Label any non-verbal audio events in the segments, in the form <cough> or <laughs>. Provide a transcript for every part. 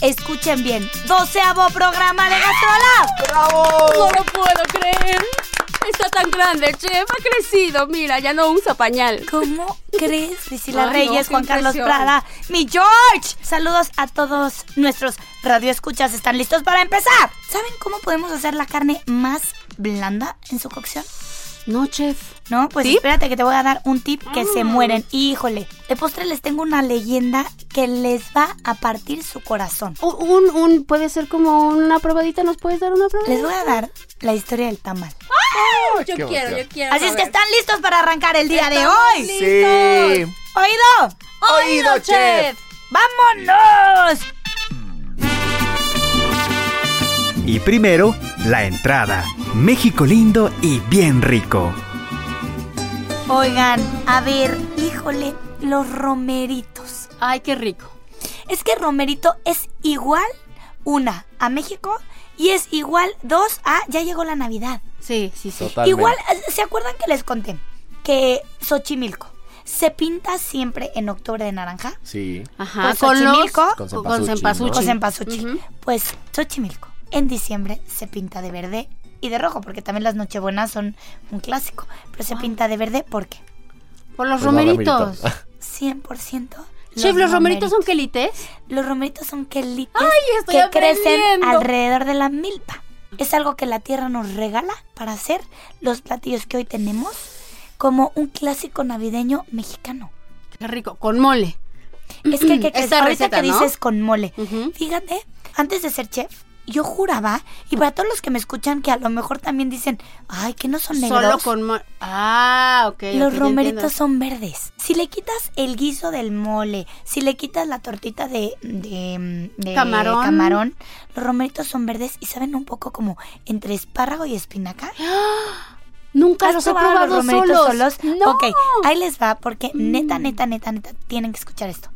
escuchen bien, doceavo programa de Gastrolab. No lo puedo creer. Está tan grande, chef. Ha crecido. Mira, ya no usa pañal. ¿Cómo crees, Priscila Ay, no, Reyes, qué Juan Carlos impresión. Prada, mi George? Saludos a todos nuestros radioescuchas, ¿están listos para empezar? ¿Saben cómo podemos hacer la carne más blanda en su cocción? No, chef. No, pues ¿Tip? espérate que te voy a dar un tip que se mueren. Híjole, de postre les tengo una leyenda que les va a partir su corazón. Un, un, puede ser como una probadita, ¿nos puedes dar una probadita? Les voy a dar la historia del tamal. Yo quiero, yo quiero. Así es que saber. están listos para arrancar el día de Estamos hoy. listos. Sí. ¡Oído! Oído, chef. ¡Vámonos! Y primero, la entrada. México lindo y bien rico. Oigan, a ver, híjole, los romeritos. Ay, qué rico. Es que romerito es igual, una, a México y es igual, dos, a ya llegó la Navidad. Sí, sí, sí. Totalmente. Igual, ¿se acuerdan que les conté que Xochimilco se pinta siempre en octubre de naranja? Sí. Ajá, Pues con los... Xochimilco. Con con cempasúchil, cempasúchil. O ¿no? cempasúchil. Pues Xochimilco en diciembre se pinta de verde y de rojo, porque también las nochebuenas son un clásico. Pero se pinta de verde porque Por los Pues no, romeritos. <laughs> 100% Chef, ¿los romeritos son quelites? Los romeritos son quelites estoy que crecen aprendiendo. alrededor de la milpa. Es algo que la tierra nos regala para hacer los platillos que hoy tenemos como un clásico navideño mexicano. Qué rico, con mole. Es que, que, que- Esta ahorita receta, que ¿no? dices con mole. Ujú. Fíjate, antes de ser chef, yo juraba, y para todos los que me escuchan que a lo mejor también dicen, ay, que no son negros. Solo con mole. Ah, ok. ok, Los ya romeritos entiendo. son verdes. Si le quitas el guiso del mole, si le quitas la tortita de, de- de Camarón. camarón, los romeritos son verdes y saben un poco como entre espárrago <gasps> y espinaca. Nunca ¿Has Ah, los he probado probado los romeritos solos. No. Mm. Ok, ahí les va porque neta, neta, neta, neta, tienen que escuchar esto.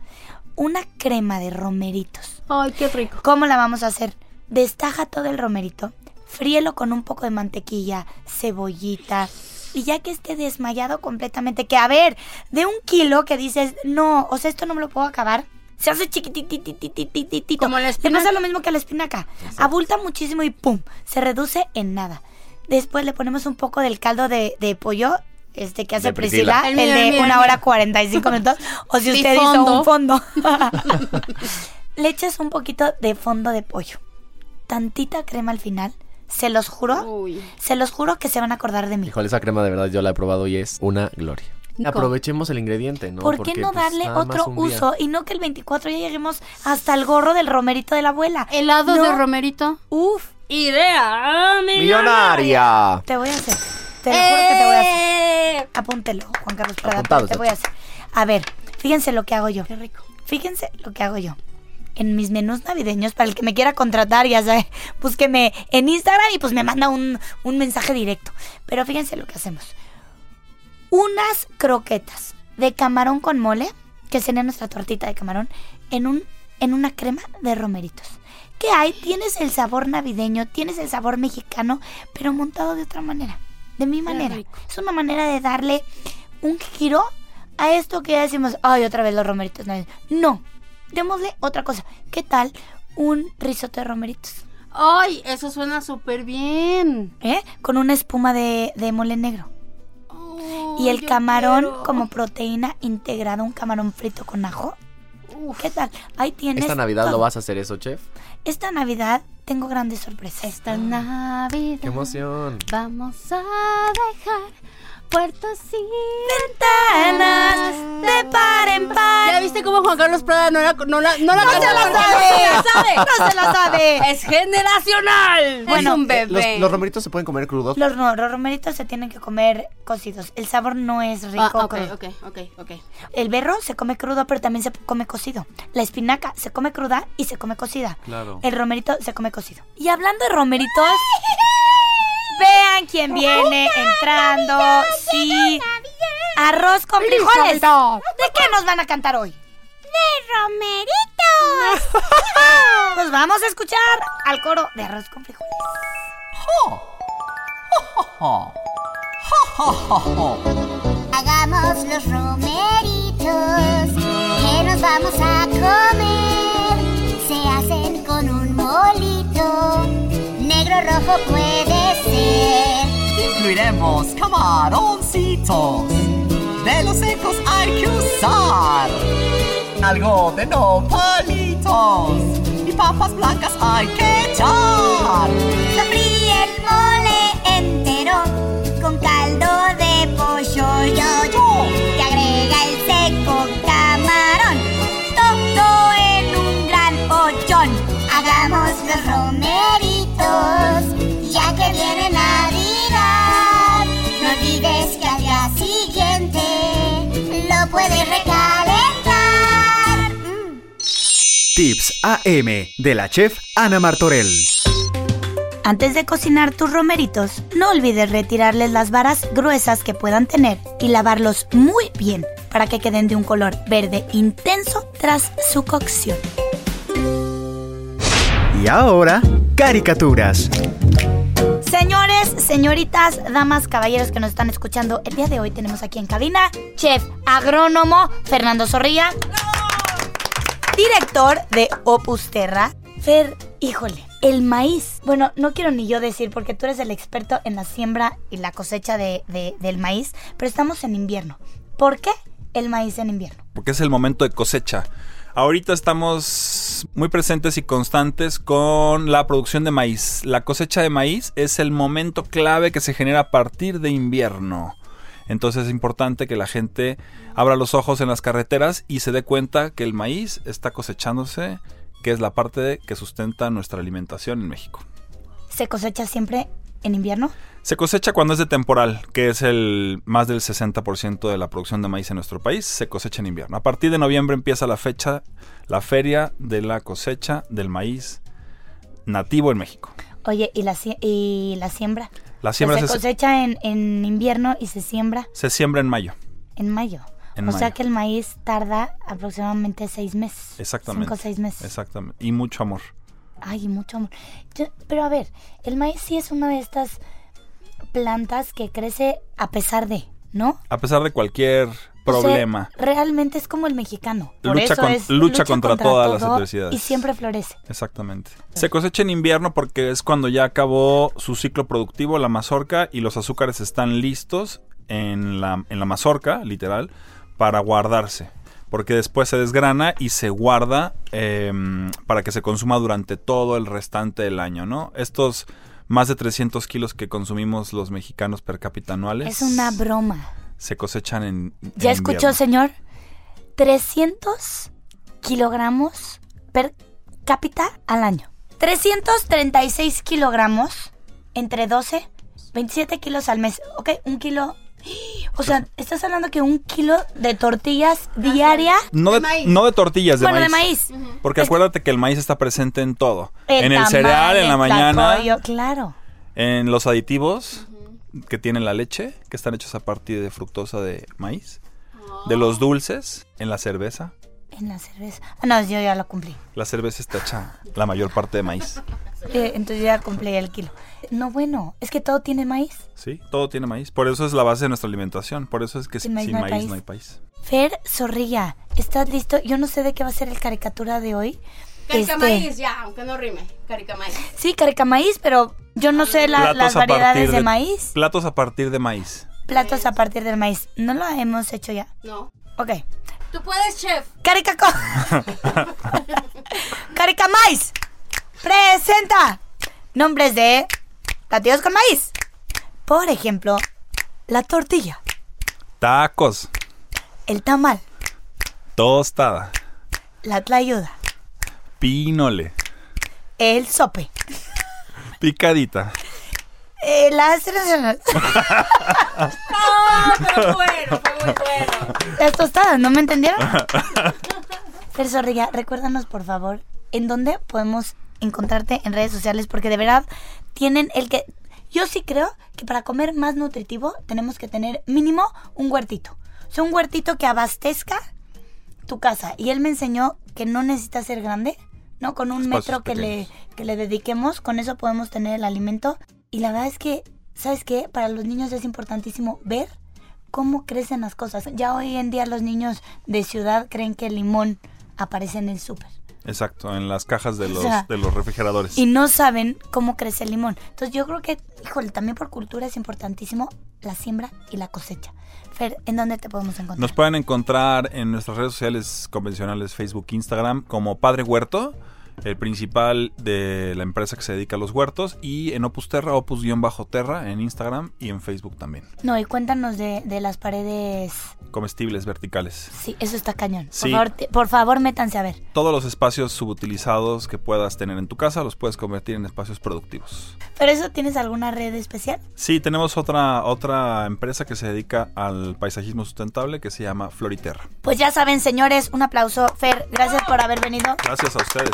Una crema de romeritos. Ay, qué rico. ¿Cómo la vamos a hacer? Destaja todo el romerito, fríelo con un poco de mantequilla, cebollita. Y ya que esté desmayado completamente, que a ver, de un kilo que dices, no, o sea, esto no me lo puedo acabar. Se hace chiquitititititititito. Como la Le espinaca. pasa lo mismo que a la espinaca. Abulta muchísimo y pum, se reduce en nada. Después le ponemos un poco del caldo de, de pollo, este que hace De Priscila. Priscila, el, El mío, el de mío, el una mío. hora 45 minutos. O si <laughs> Sí, usted hizo un fondo. fondo. <laughs> Le echas un poquito de fondo de pollo. Tantita crema al final. Se los juro. Uy. Se los juro que se van a acordar de mí. Híjole, esa crema de verdad yo la he probado y es una gloria. Nico. Aprovechemos el ingrediente, ¿no? ¿Por qué Porque, no pues, darle nada más otro un día. uso y no que el 24 ya lleguemos hasta el gorro del romerito de la abuela? Helados No. de romerito. Uf, Idea. ah, mira. ¡Millonaria! te voy a hacer. Te lo juro que te voy a hacer. Eh, Apúntelo, Juan Carlos Prada, Apuntado, te está voy a hacer. A ver, fíjense lo que hago yo. Qué rico. Fíjense lo que hago yo. En mis menús navideños, para el que me quiera contratar, ya sabe, <laughs> búsqueme en Instagram y pues me manda un, un mensaje directo. Pero fíjense lo que hacemos. Unas croquetas de camarón con mole, que sería nuestra tortita de camarón, en, un, en una crema de romeritos. ¿Qué hay? Tienes el sabor navideño, tienes el sabor mexicano, pero montado de otra manera. De mi manera. rico. Es una manera de darle un giro a esto que decimos, ay, otra vez los romeritos. navideños". No, démosle otra cosa. ¿Qué tal un risotto de romeritos? Ay, eso suena súper bien. ¿Eh? Con una espuma de, de mole negro. Ay, y el yo camarón quiero. como proteína integrada, un camarón frito con ajo. ¿Qué tal? Ahí tienes. ¿Esta Navidad todo. lo vas a hacer eso, chef? Esta Navidad tengo grandes sorpresas. Esta Navidad. ¡Qué emoción! Vamos a dejar puertas y Ventanas de par en par. ¿Ya viste cómo Juan Carlos Prada no la no la no la ¡No se cantaba? la <laughs> No sabe! se la ¡No se la sabe! sabe. Es generacional. eh, Bueno, es un eh, Los, bebé. los romeritos se pueden comer crudos. Los, no, los romeritos se tienen que comer cocidos. El sabor no es rico. Ah, ok, crudo. ok, ok, ok. El berro se come crudo, pero también se come cocido. La espinaca se come cruda y se come cocida. Claro. El romerito se come cocido. Y hablando de romeritos, <laughs> vean quién viene entrando. sí. Arroz con frijoles. ¿De qué nos van a cantar hoy? De <laughs> romeritos. pues vamos a escuchar al coro de arroz con frijoles. Hagamos los romeritos que nos vamos a comer. Se hacen con un molito, negro rojo puede ser. Incluiremos camaroncitos. De los secos hay que usar. Algo de nopalitos. Y papas blancas hay que echar. Se fríe el mole entero con caldo de pollo yo yo. Y agrega el seco camarón, todo en un gran pochón. Hagamos los romeritos, ya que viene Navidad. No olvides que al día siguiente lo puedes recalentar. Mm. Tips AM de la chef Ana Martorell. Antes de cocinar tus romeritos, no olvides retirarles las varas gruesas que puedan tener y lavarlos muy bien para que queden de un color verde intenso tras su cocción. Y ahora, caricaturas. Señores, señoritas, damas, caballeros que nos están escuchando, el día de hoy tenemos aquí en cabina chef agrónomo Fernando Zorrilla, director de Opus Terra, Fer, híjole, el maíz. Bueno, no quiero ni yo decir porque tú eres el experto en la siembra y la cosecha de- de- del maíz, pero estamos en invierno. ¿Por qué el maíz en invierno? porque es el momento de cosecha. Ahorita estamos muy presentes y constantes con la producción de maíz. La cosecha de maíz es el momento clave que se genera a partir de invierno. Entonces es importante que la gente abra los ojos en las carreteras y se dé cuenta que el maíz está cosechándose, que es la parte que sustenta nuestra alimentación en México. ¿Se cosecha siempre en invierno? Se cosecha cuando es de temporal, que es el más del 60% de la producción de maíz en nuestro país, se cosecha en invierno. A partir de noviembre empieza la fecha, la feria de la cosecha del maíz nativo en México. Oye, ¿y la, sie- y la siembra? La siembra se se, cosecha en, en invierno y se siembra se siembra en mayo. en mayo. En o sea mayo. que el maíz tarda aproximadamente seis meses. Exactamente. Cinco o seis meses. Exactamente. Y mucho amor. Ay, mucho amor. Yo- pero a ver, el maíz sí es una de estas plantas que crece a pesar de, ¿no? A pesar de cualquier problema. O sea, realmente es como el mexicano. Por Lucha eso con- es lucha contra todas las adversidades. Y siempre florece. Exactamente. Se cosecha en invierno porque es cuando ya acabó su ciclo productivo, la mazorca, y los azúcares están listos en la, en la mazorca, literal, para guardarse. Porque después se desgrana y se guarda em, para que se consuma durante todo el restante del año, ¿no? Estos más de 300 kilos que consumimos los mexicanos per cápita anuales Es una broma. se cosechan en. en ¿Ya escuchó, invierno. señor? 300 kilogramos per cápita al año. 336 kilogramos entre 12, 27 kilos al mes. Ok, un kilo. <gasps> O sea, estás hablando que un kilo de tortillas diaria. No de, no de tortillas, de bueno, maíz. de maíz. Eh, Porque acuérdate que el maíz está presente en todo. en el tamal, cereal, en la el mañana, tlacoyo, claro. en los aditivos que tienen la leche, que están hechos a partir de fructosa de maíz, Ah. de los dulces, en la cerveza. En la cerveza. Ah, no, yo ya lo cumplí. La cerveza está hecha la mayor parte <laughs> de maíz. Eh, entonces ya cumplí el kilo. No, bueno, es que todo tiene maíz. Sí, todo tiene maíz. Por eso es la base de nuestra alimentación. Por eso es que Sin sin, maíz sin no hay maíz país. no hay país. Fer Zorrilla, ¿estás listo? Yo no sé de qué va a ser el caricatura de hoy. Caricamaíz, Este, ya, aunque no rime. Caricamaíz. sí, caricamaíz, pero yo no sé la- las variedades de, maíz. Platos a partir de maíz. Platos a partir del maíz. No lo hemos hecho ya. No. Ok. Tú puedes, chef. Caricaco. Carica Maíz. Presenta nombres de platillos con maíz. Por ejemplo, la tortilla, Tacos. el tamal, Tostada. la tlayuda, Pinole. el sope, Picadita. eh, las <laughs> No, pero bueno, fue muy bueno. las tostadas, ¿no me entendieron? Pero Zorrilla, recuérdanos por favor en dónde podemos encontrarte en redes sociales porque de verdad tienen el que... Yo sí creo que para comer más nutritivo tenemos que tener mínimo un huertito. O sea, un huertito que abastezca tu casa. Y él me enseñó que no necesita ser grande, ¿no? Con un Espacios metro que le, que le dediquemos, con eso podemos tener el alimento. Y la verdad es que, ¿sabes qué? Para los niños es importantísimo ver cómo crecen las cosas. Ya hoy en día los niños de ciudad creen que el limón aparece en el súper. Exacto, en las cajas de O los, sea, de los refrigeradores. Y no saben cómo crece el limón. Entonces yo creo que, híjole, también por cultura es importantísimo la siembra y la cosecha. Fer, ¿en dónde te podemos encontrar? Nos pueden encontrar en nuestras redes sociales convencionales, Facebook, Instagram, como Padre Huerto, el principal de la empresa que se dedica a los huertos, y en Opus Terra, Opus-Terra, en Instagram y en Facebook también. No, y cuéntanos de, de las paredes. Comestibles verticales. Sí, eso está cañón. Por, Sí. favor, te- por favor, métanse a ver. Todos los espacios subutilizados que puedas tener en tu casa los puedes convertir en espacios productivos. ¿Pero eso tienes alguna red especial? Sí, tenemos otra, otra empresa que se dedica al paisajismo sustentable que se llama Floriterra. Pues ya saben, señores, un aplauso. Fer, gracias por haber venido. Gracias a ustedes.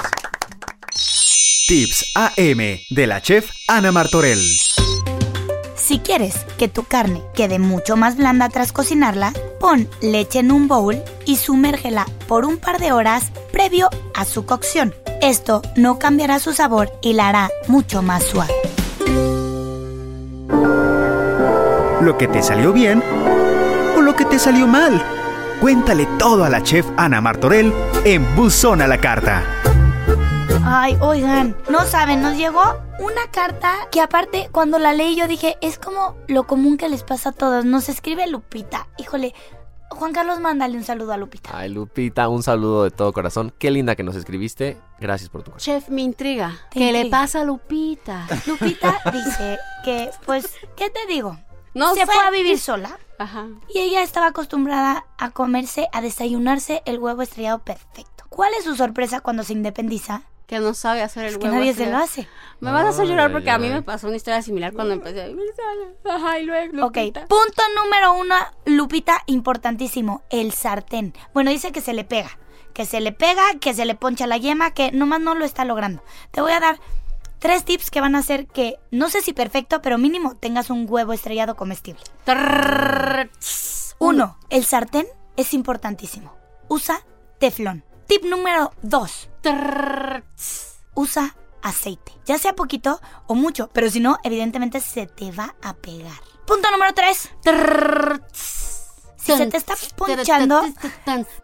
Tips AM de la chef Ana Martorell. Si quieres que tu carne quede mucho más blanda tras cocinarla, pon leche en un bowl y sumérgela por un par de horas previo a su cocción. Esto no cambiará su sabor y la hará mucho más suave. Lo que te salió bien o lo que te salió mal. Cuéntale todo a la chef Ana Martorell en Buzón a la Carta. Ay, oigan, no saben, nos llegó una carta que aparte cuando la leí yo dije, es como lo común que les pasa a todos. Nos escribe Lupita. Híjole, Juan Carlos, mándale un saludo a Lupita. <laughs> Ay, Lupita, un saludo de todo corazón. Qué linda que nos escribiste. Gracias por tu correo. Chef, me intriga. Te ¿Qué le intriga. pasa a Lupita? Lupita dice que, pues, ¿qué te digo? No Se sé. fue a vivir sola Ajá. y ella estaba acostumbrada a comerse, a desayunarse el huevo estrellado perfecto. ¿Cuál es su sorpresa cuando se independiza? Que no sabe hacer el Es que huevo. nadie así se de- lo hace. Me vas a hacer Ay, llorar porque a mí ay. me pasó una historia similar cuando empecé a vivir sola. Ajá, y luego. Ok, punto número uno, Lupita, importantísimo, el sartén. Bueno, dice que se le pega, que se le pega, que se le poncha la yema, que nomás no lo está logrando. Te voy a dar tres tips que van a hacer que, no sé si perfecto, pero mínimo tengas un huevo estrellado comestible. Uno, el sartén es importantísimo. Usa teflón. Tip número dos, usa aceite. Ya sea poquito o mucho, pero si no, evidentemente se te va a pegar. Punto número tres. Si se te está ponchando,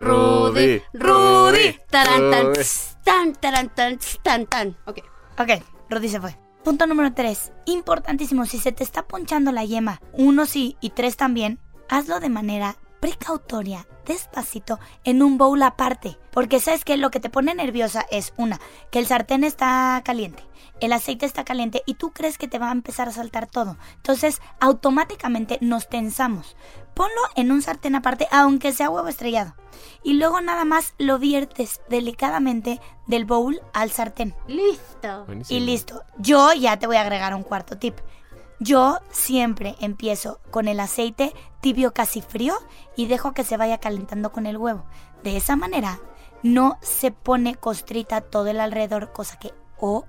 Rudy, Rudy, taran, tan, Rudy. tss, tan, taran, tan, tss, tan, tan. Ok. Ok, Rudy se fue. Punto número 3. Importantísimo, si se te está ponchando la yema, uno sí y tres también, hazlo de manera precautoria, despacito, en un bowl aparte. Porque sabes que lo que te pone nerviosa es una, que el sartén está caliente, el aceite está caliente y tú crees que te va a empezar a saltar todo. Entonces, automáticamente nos tensamos. Ponlo en un sartén aparte, aunque sea huevo estrellado. Y luego nada más lo viertes delicadamente del bowl al sartén. Listo. Y listo. Yo ya te voy a agregar un cuarto tip. Yo siempre empiezo con el aceite tibio casi frío y dejo que se vaya calentando con el huevo. De esa manera no se pone costrita todo el alrededor, cosa que odio.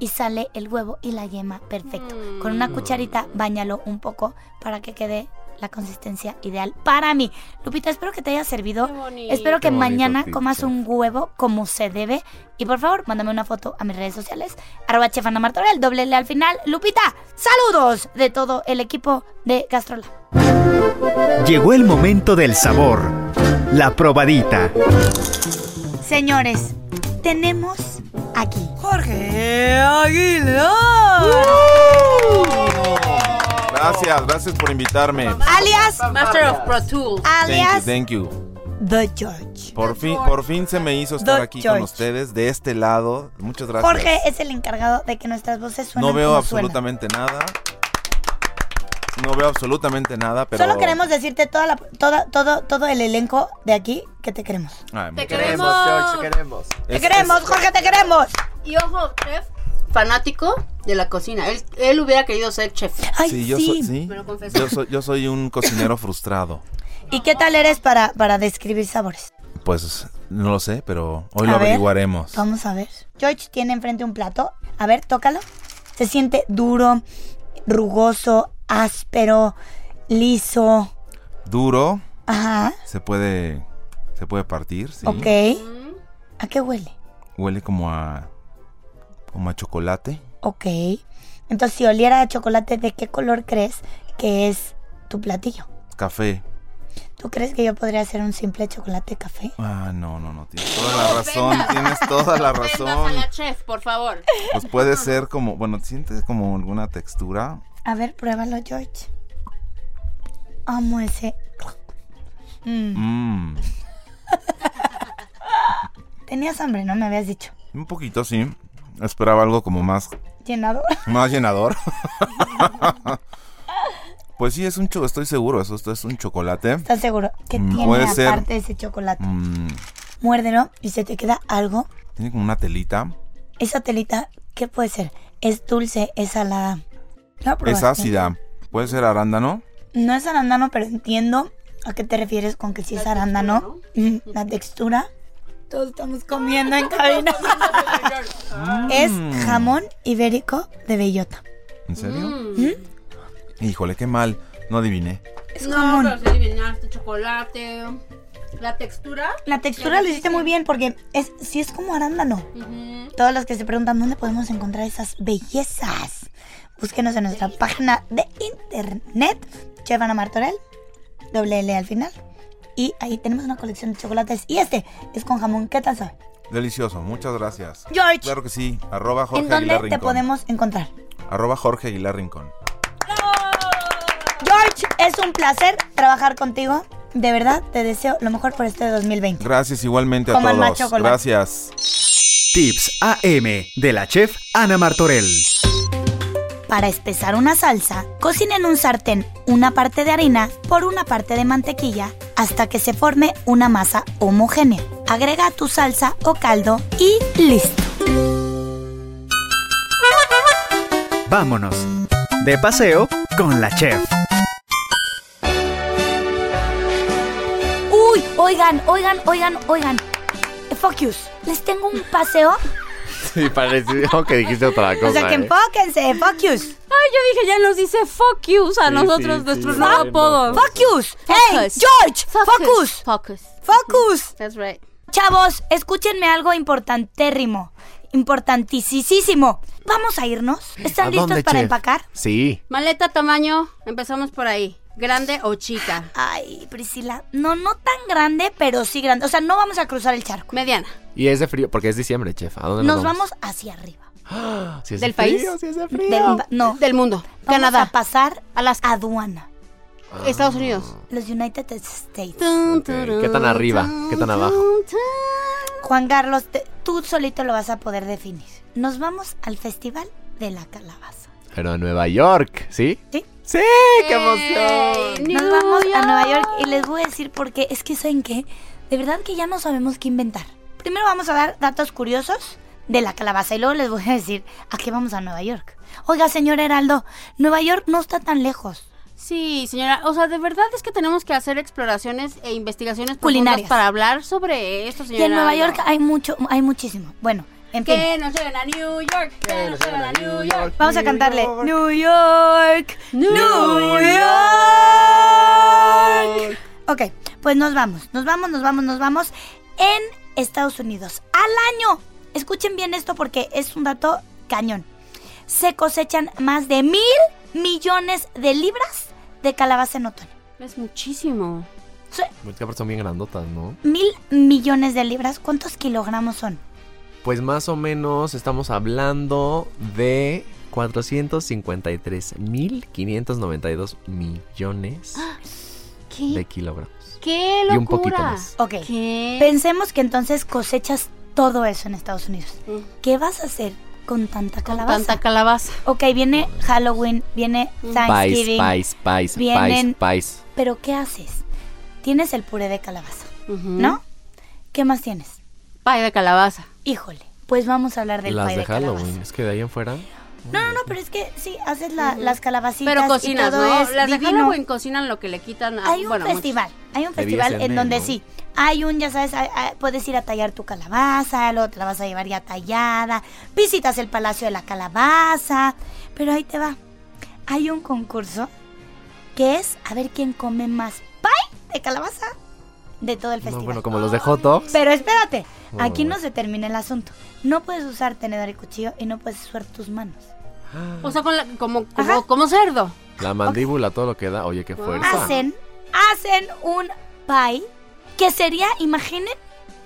Y sale el huevo y la yema perfecto. Con una Mm. cucharita bañalo un poco para que quede la consistencia ideal para mí. Lupita, espero que te haya servido. Espero que Qué bonito mañana tip, comas chef. un huevo como se debe. Y por favor, mándame una foto a mis redes sociales. Arroba chef Ana Martorell, doble L al final. Lupita, saludos de todo el equipo de Gastrolab. Llegó el momento del sabor. La probadita. Señores, tenemos aquí Jorge Aguilar. Gracias, gracias por invitarme. Alias Master of Pro Tools. Alias Thank you, thank you. The George. Por fin, por fin se me hizo estar The aquí George. con ustedes, de este lado. Muchas gracias. Jorge es el encargado de que nuestras voces suenen. No veo como suenan. absolutamente nada. No veo absolutamente nada, pero. Solo queremos decirte toda la, toda, todo, todo el elenco de aquí que te queremos. Ay, muchas queremos, gracias. George, te queremos. Te queremos, Jorge, te queremos. Y ojo, chef, fanático de la cocina. Él, él hubiera querido ser chef. sí, yo soy, sí. Me lo confesó. Yo soy, yo soy un cocinero frustrado. ¿Y qué tal eres para, para describir sabores? Pues no lo sé, pero hoy lo A ver, averiguaremos. Vamos a ver. George tiene enfrente un plato. A ver, tócalo. Se siente duro, rugoso, áspero, liso. Duro, Ajá. se puede, se puede partir, sí. Ok. ¿A qué huele? Huele como a, como a chocolate. Ok. Entonces, si oliera a chocolate, ¿de qué color crees que es tu platillo? Café. ¿Tú crees que yo podría hacer un simple chocolate café? Ah, no, no, no, tienes toda la razón, tienes toda la razón. La chef, por favor. Pues puede ser como, bueno, sientes como alguna textura. A ver, pruébalo, George. Amo ese. Mm. Mm, Tenías hambre, ¿no? Me habías dicho. un poquito, sí. Esperaba algo como más, Llenado. <laughs> más llenador. <laughs> pues sí, es un cho- estoy seguro, eso, esto es un chocolate. ¿Estás seguro? ¿Qué Mm, tiene puede ser. aparte ese chocolate? Mm, Muérdelo y se te queda algo. tiene como una telita. Esa telita, ¿qué puede ser? Es dulce, es salada. ¿Lo Es probaste? ácida. Puede ser arándano. No es arándano, pero entiendo a qué te refieres con que sí es arándano. Mm, La textura. Todos estamos comiendo en cabina. es jamón ibérico de bellota. ¿En serio? ¿Mm? Híjole, qué mal. No adiviné. Es no, jamón. pero si adivinaste chocolate. La textura. La textura lo hiciste muy bien porque es, sí es como arándano. Todos los que se preguntan dónde podemos encontrar esas bellezas, búsquenos en nuestra página de internet, Chefana Martorell, doble L al final. Y ahí tenemos una colección de chocolates. Y este es con jamón. ¿Qué tal sabe? Delicioso, muchas gracias. George. Claro que sí. Arroba Jorge ¿En dónde Aguilar te Rincón. podemos encontrar? Arroba Jorge Aguilar Rincón. George, es un placer trabajar contigo. De verdad, te deseo lo mejor por este 2020. Gracias igualmente a Coman más todos. chocolate. Gracias. Tips AM de la chef Ana Martorell. Para espesar una salsa, cocina en un sartén una parte de harina por una parte de mantequilla hasta que se forme una masa homogénea. Agrega tu salsa o caldo y listo. Vámonos. De paseo con la chef. Uy, oigan, oigan, oigan, oigan. Fuck yous. Les tengo un paseo. Sí, pareció que dijiste otra cosa. ¿eh? enfóquense, fuck yous. Ay, yo dije, ya nos dice fuck yous a Sí, nosotros, sí, nuestros sí, nuevos sí, no, apodos. no. Fuck yous. Hey, George, Focus. Focus. Focus. That's right. Chavos, escúchenme algo importantérrimo, importantísimo. Vamos a irnos. ¿Están ¿A listos dónde, para chef? empacar? Sí. Maleta tamaño, empezamos por ahí. Grande o chica. Ay, Priscila, no, no tan grande, pero sí grande. O sea, no vamos a cruzar el charco. Mediana. Y es de frío, porque es diciembre, chef. ¿A dónde Nos nos, vamos hacia arriba. Sí, es ¿Del de frío. país? Del, no. Del mundo. Vamos Canadá. a pasar a las aduana. Ah. Estados Unidos. Los United States. ¿Qué tan arriba? ¿Qué tan abajo? Juan Carlos, te- tú solito lo vas a poder definir. Nos vamos al Festival de la Calabaza. Pero en Nueva York, ¿sí? ¿Sí? ¡Sí! ¡Qué emoción! Eh, Nos vamos a Nueva York y les voy a decir por qué. Es que, ¿saben qué? De verdad que ya no sabemos qué inventar. Primero vamos a dar datos curiosos de la calabaza y luego les voy a decir a qué vamos a Nueva York. Oiga, señor Heraldo, Nueva York no está tan lejos. Sí, señora. O sea, de verdad es que tenemos que hacer exploraciones e investigaciones profundas Culinarias. para hablar sobre esto, señora. Y en Nueva York ah, hay mucho, hay muchísimo. Bueno, en fin. Que nos lleven a New York. Que nos lleven a New York. Vamos a cantarle New York, New, York. Ok, pues nos vamos, nos vamos, nos vamos, nos vamos en Estados Unidos al año. Escuchen bien esto porque es un dato cañón. Se cosechan más de mil millones de libras de calabaza en otoño. Es muchísimo. Muchas capas Pues son bien grandotas, ¿no? Mil millones de libras, ¿cuántos kilogramos son? Pues más o menos estamos hablando de 453.592 <gasps> millones de kilogramos. ¡Qué Y un poquito locura! más. Ok. Pensemos que entonces cosechas todo eso en Estados Unidos. ¿Qué vas a hacer con tanta calabaza? tanta calabaza. Ok, viene Halloween, viene Pais, Thanksgiving. pais, pais, Vienen- pais, pais. Pero ¿qué haces? Tienes el puré de calabaza, ¿no? ¿Qué más tienes? Pay de calabaza. Híjole, pues vamos a hablar del Las pay de de calabaza. Halloween, es que de ahí en fuera. No, no, no, pero es que sí, haces la- las calabacitas. Pero cocinas, y todo ¿no? es Las de divino. Halloween cocinan lo que le quitan a... Hay un Ah, bueno, festival, hay un Debía festival ser en donde menos. sí. Hay un, ya sabes, hay- hay- puedes ir a tallar tu calabaza, luego te la vas a llevar ya tallada, visitas el Palacio de la Calabaza, pero ahí te va. Hay un concurso que es a ver quién come más pie de calabaza de todo el No, festival. bueno, como los de hot dogs. Pero espérate, Muy aquí bueno. no se termina el asunto. No puedes usar tenedor y cuchillo y no puedes usar tus manos. O sea, con la- como, como, como cerdo. La mandíbula, todo lo que da. Oye, Ah, qué fuerza. hacen, hacen un pie que sería, imaginen,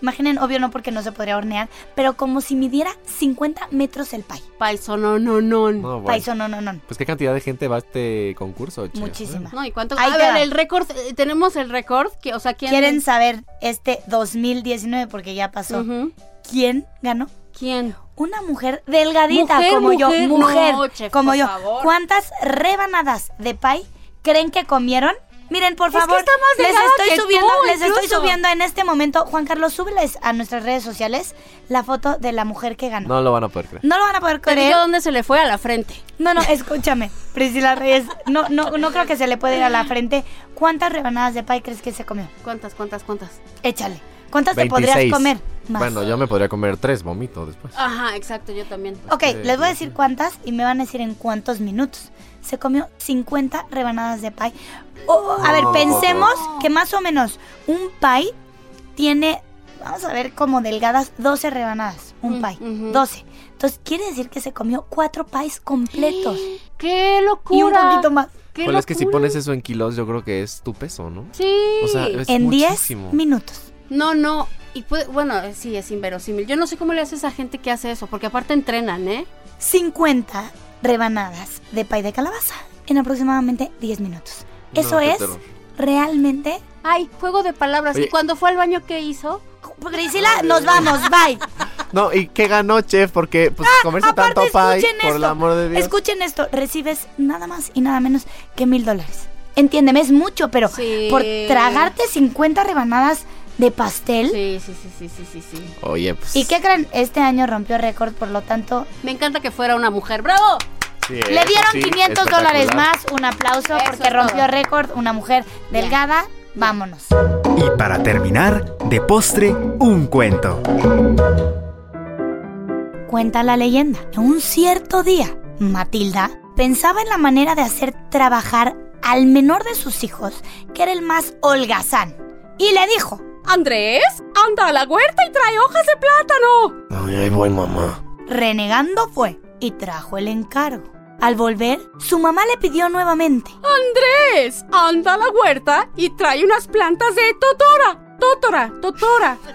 imaginen, obvio no porque no se podría hornear, pero como si midiera 50 metros el pie. Pie no no No, no. bueno. no no no. Pues qué cantidad de gente va a este concurso, che? Muchísima. No, ¿y cuánto? Ahí a te ver, va. el récord, eh, tenemos el récord, que, o sea, ¿quién? ¿Quieren saber este 2019 porque ya pasó? Ujú. ¿Quién ganó? ¿Quién? Una mujer delgadita Mujer, como yo, mujer, mujer no, chef, como por yo. favor. ¿Cuántas rebanadas de pie creen que comieron? Miren, por Es que favor, está más les delgada estoy que tú, subiendo, les estoy incluso. subiendo en este momento, Juan Carlos, súbeles a nuestras redes sociales la foto de la mujer que ganó. No lo van a poder creer. No lo van a poder Te creer. digo dónde se le fue a la frente. No, no, escúchame, Priscila Reyes. No, no, no creo que se le pueda ir a la frente. ¿Cuántas rebanadas de pie crees que se comió? ¿Cuántas, cuántas, cuántas? Échale. ¿Cuántas te podrías comer? Más. Bueno, yo me podría comer tres, vomito después. Ajá, exacto, yo también. ok, les voy a decir cuántas y me van a decir en cuántos minutos. Se comió 50 rebanadas de pie. Oh, a ver, No. pensemos que más o menos un pie tiene, vamos a ver, como delgadas 12 rebanadas. Un pie, 12. Entonces quiere decir que se comió cuatro pies completos. ¡Qué locura! Y un poquito más. Pero es que si pones eso en kilos, yo creo que es tu peso, ¿no? Sí. O sea, es En 10 muchísimo. minutos. No, no. Y puede- bueno, eh, sí, es inverosímil. Yo no sé cómo le hace esa gente que hace eso, porque aparte entrenan, ¿eh? 50 rebanadas de pay de calabaza en aproximadamente 10 minutos. No, Eso qué es terror. realmente. Ay, juego de palabras. Oye. ¿Y cuando fue al baño qué hizo? Priscila, nos <laughs> vamos, bye. Ah, Ah, No, ¿y qué ganó, chef? Porque pues, comerse Aparte, tanto pie, escuchen por el esto. amor de Dios. Escuchen esto, recibes nada más y nada menos que mil dólares. Entiéndeme, es mucho, pero por tragarte 50 rebanadas de pastel. Sí, sí, sí, sí, sí, sí, sí. Oye, pues. ¿Y qué creen? Este año rompió récord, por lo tanto, Me encanta que fuera una mujer. ¡Bravo! Le dieron 500 dólares más, un aplauso porque rompió récord, una mujer delgada. Vámonos. Y para terminar, de postre, un cuento. Cuenta la leyenda que un cierto día, Matilda pensaba en la manera de hacer trabajar al menor de sus hijos, que era el más holgazán, y le dijo: Andrés, anda a la huerta y trae hojas de plátano. Ay, buen mamá. Renegando fue y trajo el encargo. Al volver, su mamá le pidió nuevamente. Andrés, anda a la huerta y trae unas plantas de totora, totora, totora. <laughs>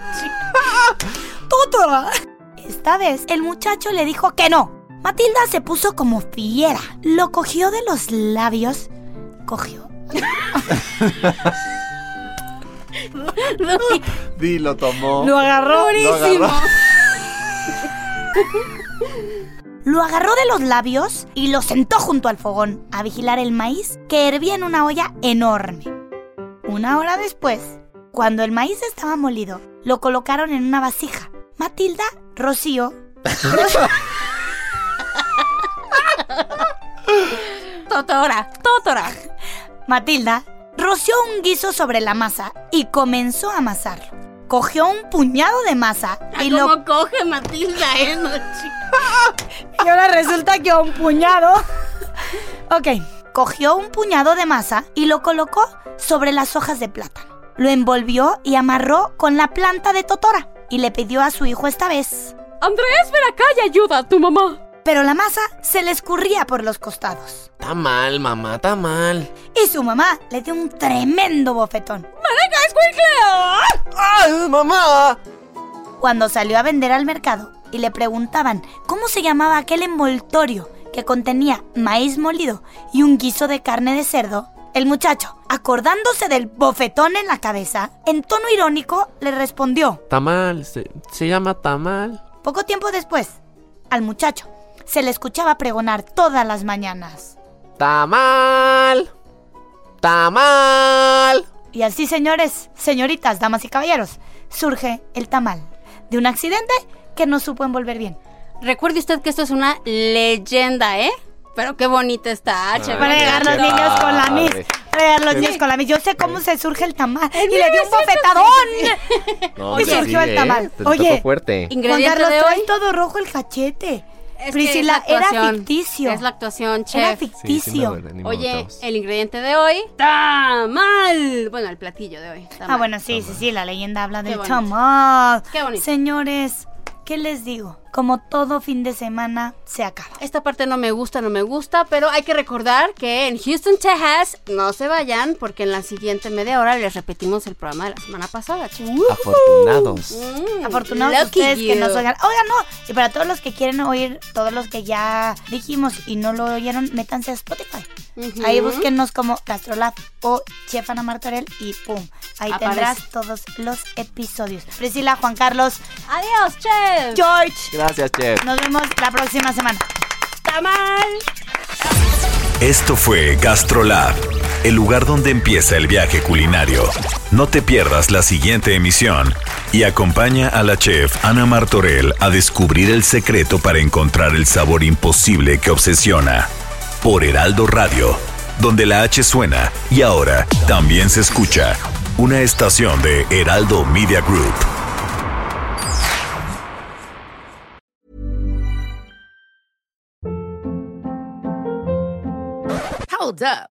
¡Tótora! Esta vez el muchacho le dijo que no. Matilda se puso como fiera. Lo cogió de los labios. <laughs> Cogió. <laughs> Di, lo tomó. Lo agarró. Lo agarró. Lo agarró de los labios y lo sentó junto al fogón a vigilar el maíz que hervía en una olla enorme. Una hora después, cuando el maíz estaba molido, lo colocaron en una vasija. Matilda, Rocío, Totora, Totora. Matilda roció un guiso sobre la masa y comenzó a amasarlo. Cogió un puñado de masa y lo ¿Cómo coge Matilda, eh? No, chica. y ahora resulta que un puñado. Ok. Cogió un puñado de masa y lo colocó sobre las hojas de plátano. Lo envolvió y amarró con la planta de Totora. Y le pidió a su hijo esta vez. Andrés, ven acá y ayuda a tu mamá. Pero la masa se le escurría por los costados. Está mal, mamá, está mal. Y su mamá le dio un tremendo bofetón. ¡Venga, escuincle! ¡Ay, mamá! Cuando salió a vender al mercado y le preguntaban cómo se llamaba aquel envoltorio que contenía maíz molido y un guiso de carne de cerdo, el muchacho, acordándose del bofetón en la cabeza, en tono irónico le respondió. Tamal, se, se llama tamal. Poco tiempo después, al muchacho se le escuchaba pregonar todas las mañanas. Tamal. Tamal. Y así, señores, señoritas, damas y caballeros, surge el tamal de un accidente que no supo envolver bien. Recuerde usted que esto es una leyenda, ¿eh? Pero qué bonita está, chévere. Para llegar los Qué niños con la padre. mis. Para llegar los Sí. niños con la mis. Yo sé cómo se surge el tamal. En y le dio un 1900. bofetadón. No, y pues surgió sí, el ¿eh? tamal. Te Oye, tocó fuerte. Juan Ingrediente Carlos de trae hoy. todo rojo el cachete. Es que Priscila, es la era actuación. ficticio. Es la actuación, chef. Era Sí, sí me ficticio. duele, ni modo, Oye, chavos. el ingrediente de hoy, tamal. Bueno, el platillo de hoy. ah, bueno, sí, sí, sí, la leyenda habla del bonito. tamal. Qué bonito. Señores, ¿qué les digo? Como todo fin de semana se acaba. Esta parte no me gusta, no me gusta, pero hay que recordar que en Houston, Texas, no se vayan porque en la siguiente media hora les repetimos el programa de la semana pasada. chicos. Afortunados. Mm, Uh, Afortunados lucky ustedes que you. nos oigan. Oigan, no. Y para todos los que quieren oír, todos los que ya dijimos y no lo oyeron, métanse a Spotify. Ujú. Ahí búsquenos como Gastrolab o Chef Ana Martorell y pum. Ahí Aparece. tendrás todos los episodios. Priscila, Juan Carlos, Adiós, chef. George. Gracias, chef. Nos vemos la próxima semana. Tamal. Esto fue Gastrolab, el lugar donde empieza el viaje culinario. No te pierdas la siguiente emisión y acompaña a la chef Ana Martorell a descubrir el secreto para encontrar el sabor imposible que obsesiona. Por Heraldo Radio, donde la H suena y ahora también se escucha. Una estación de Heraldo Media Group. Hold up.